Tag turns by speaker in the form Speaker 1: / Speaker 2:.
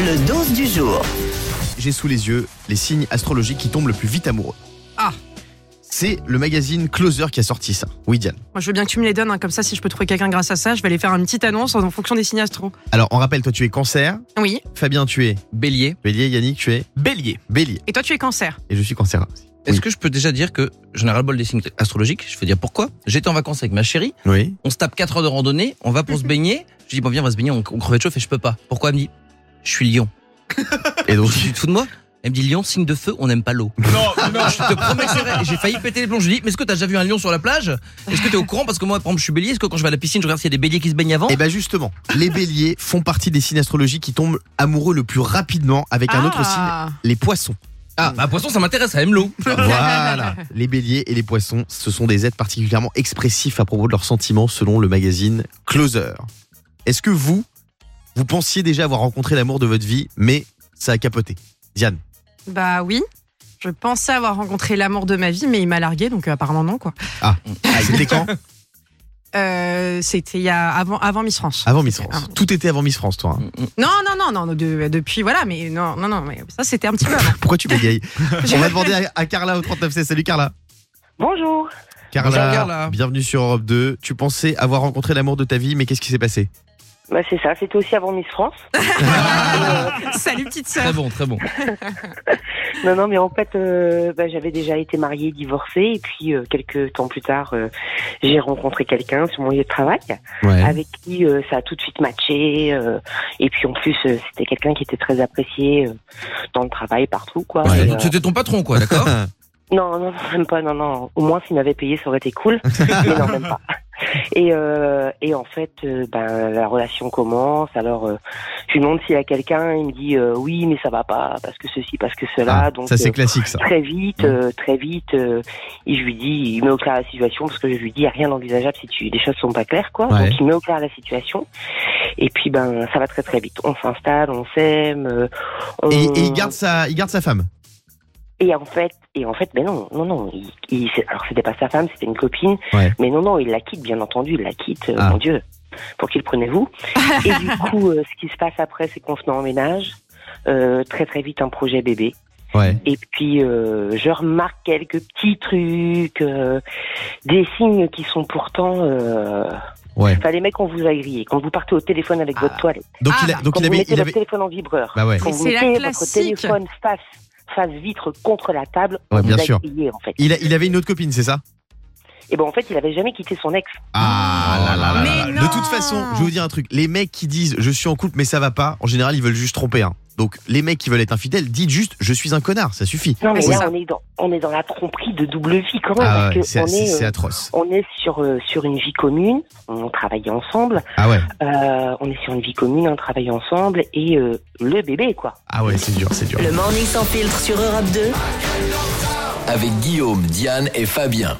Speaker 1: Le dose du jour.
Speaker 2: J'ai sous les yeux les signes astrologiques qui tombent le plus vite amoureux.
Speaker 3: Ah.
Speaker 2: C'est le magazine Closer qui a sorti ça. Oui, Diane.
Speaker 3: Moi, je veux bien que tu me les donnes, hein, comme ça, si je peux trouver quelqu'un grâce à ça, je vais aller faire une petite annonce en, en fonction des signes astro.
Speaker 2: Alors, on rappelle, toi, tu es cancer.
Speaker 3: Oui.
Speaker 2: Fabien, tu es
Speaker 4: Bélier.
Speaker 2: bélier. Yannick, tu es
Speaker 4: Bélier.
Speaker 2: bélier.
Speaker 3: Et toi, tu es cancer.
Speaker 2: Et je suis cancer aussi.
Speaker 4: Est-ce
Speaker 2: Oui.
Speaker 4: que je peux déjà dire que j'en ai ras le bol des signes astrologiques Je veux dire pourquoi. J'étais en vacances avec ma chérie,
Speaker 2: Oui.
Speaker 4: on se tape 4 heures de randonnée, on va pour se baigner. Je dis, bon, viens, on va se baigner, on, on crevait de chauffe et je peux pas. Pourquoi Elle me dit, je suis lion.
Speaker 2: Et donc,
Speaker 4: Je dis, tu te fous de moi Elle me dit, lion, signe de feu, on n'aime pas l'eau. Non, non, je te promets que c'est vrai. Et J'ai failli péter les plombs. Je lui dis, mais est-ce que t'as déjà vu un lion sur la plage Est-ce que t'es au courant Parce que moi, par exemple, je suis bélier. Est-ce que quand je vais à la piscine, je regarde s'il y a des béliers qui se baignent avant
Speaker 2: et ben justement, les béliers font partie des signes astrologiques qui tombent amoureux le plus rapidement avec un autre signe,
Speaker 3: Ah.
Speaker 2: les poissons. ben.
Speaker 4: Ah, bah, poisson, ça m'intéresse, ça aime l'eau.
Speaker 2: Voilà. Les béliers et les poissons, ce sont des êtres particulièrement expressifs à propos de leurs sentiments selon le magazine Closer. Est-ce que vous, vous pensiez déjà avoir rencontré l'amour de votre vie, mais ça a capoté Diane,
Speaker 3: Bah oui. Je pensais avoir rencontré l'amour de ma vie, mais il m'a largué, donc euh, apparemment non, quoi.
Speaker 2: c'était quand
Speaker 3: Euh, C'était il y a avant, avant Miss France.
Speaker 2: Avant Miss France. Tout était avant Miss France, toi. hein.
Speaker 3: Non, non, non, non, de- depuis, voilà, mais non, non, non, mais ça, c'était un petit peu avant.
Speaker 2: Pourquoi tu bégayes
Speaker 3: Je-
Speaker 2: On va demander à, à Carla au 39C. Salut Carla.
Speaker 5: Bonjour.
Speaker 2: Carla,
Speaker 4: Bonjour, Carla.
Speaker 2: bienvenue sur Europe 2. Tu pensais avoir rencontré l'amour de ta vie, mais qu'est-ce qui s'est passé
Speaker 5: Bah, c'est ça, c'était aussi avant Miss France.
Speaker 3: Salut, petite
Speaker 4: Très
Speaker 3: sœur.
Speaker 4: bon, très bon.
Speaker 5: Non, non, mais en fait, euh, bah, j'avais déjà été mariée, divorcée, et puis euh, quelques temps plus tard, euh, j'ai rencontré quelqu'un sur mon lieu de travail,
Speaker 2: Ouais.
Speaker 5: avec qui euh, ça a tout de suite matché, euh, et puis en plus, euh, c'était quelqu'un qui était très apprécié euh, dans le travail, partout, quoi.
Speaker 2: Ouais.
Speaker 5: Et, euh,
Speaker 4: C'était ton patron, quoi, d'accord
Speaker 5: Non, non, non, même pas, non, non. Au moins, s'il m'avait payé, ça aurait été cool. Mais non, même pas. Et, euh, et en fait, euh, ben, la relation commence. Alors, euh, je lui demande s'il y a quelqu'un. Il me dit euh, oui, mais ça va pas, parce que ceci, parce que cela.
Speaker 2: Ah,
Speaker 5: donc,
Speaker 2: ça, c'est
Speaker 5: euh,
Speaker 2: classique, ça.
Speaker 5: très vite, euh, très vite. euh, et je lui dis, il met au clair la situation, parce que je lui dis, il n'y a rien d'envisageable si tu, les choses sont pas claires, quoi.
Speaker 2: Ouais.
Speaker 5: Donc, il met au clair la situation. Et puis, ben, ça va très, très vite. On s'installe, on s'aime. euh, on...
Speaker 2: Et, et il, garde sa, il garde sa femme.
Speaker 5: Et en fait, et en fait, mais non, non, non. Il, il- c'est- alors c'était pas sa femme, c'était une copine.
Speaker 2: Ouais.
Speaker 5: Mais non, non, il la quitte, bien entendu, il la quitte. euh,
Speaker 2: Ah.
Speaker 5: Mon Dieu, pour qu'il prenez vous. et du coup, euh, ce qui se passe après, c'est qu'on se met en ménage. Euh, très très vite un projet bébé
Speaker 2: Ouais.
Speaker 5: et puis euh, je remarque quelques petits trucs euh, des signes qui sont pourtant euh,
Speaker 2: Ouais.
Speaker 5: enfin, les mecs on vous a grillé quand vous partez au téléphone avec
Speaker 3: Ah.
Speaker 5: votre toile
Speaker 2: Donc,
Speaker 3: Ah,
Speaker 2: il, a, donc
Speaker 5: quand
Speaker 2: il
Speaker 5: vous
Speaker 2: avait.
Speaker 5: mettez
Speaker 2: Il
Speaker 5: votre
Speaker 2: avait...
Speaker 5: téléphone en vibreur
Speaker 2: Bah ouais.
Speaker 5: quand
Speaker 3: Et
Speaker 5: vous
Speaker 3: c'est la
Speaker 5: mettez votre
Speaker 3: classique.
Speaker 5: téléphone face face vitre contre la table
Speaker 2: Ouais,
Speaker 5: on
Speaker 2: bien
Speaker 5: vous a
Speaker 2: sûr.
Speaker 5: grillé en fait
Speaker 2: Il, a- il avait une autre copine, c'est ça
Speaker 5: Et ben en fait, il avait jamais quitté son ex.
Speaker 2: Ah là là là là
Speaker 3: Mais
Speaker 2: là.
Speaker 3: non.
Speaker 2: De toute façon, je vais vous dire un truc. Les mecs qui disent je suis en couple mais ça va pas, en général ils veulent juste tromper. Hein. Donc les mecs qui veulent être infidèles, dites juste je suis un connard, ça suffit.
Speaker 5: Non mais
Speaker 3: Ouais, Ah, c'est
Speaker 5: là,
Speaker 3: ça.
Speaker 5: on est dans on est dans la tromperie de double vie quand même
Speaker 2: Ah ouais,
Speaker 5: parce que
Speaker 2: c'est
Speaker 5: on
Speaker 2: c'est-
Speaker 5: est
Speaker 2: c'est
Speaker 5: euh,
Speaker 2: atroce.
Speaker 5: on est sur euh, sur une vie commune. On travaille ensemble.
Speaker 2: Ah ouais,
Speaker 5: euh, on est sur une vie commune, on travaille ensemble et euh, le bébé quoi.
Speaker 2: ah ouais, c'est dur, c'est dur.
Speaker 1: Le morning sans filtre sur Europe 2.
Speaker 6: avec Guillaume, Diane et Fabien.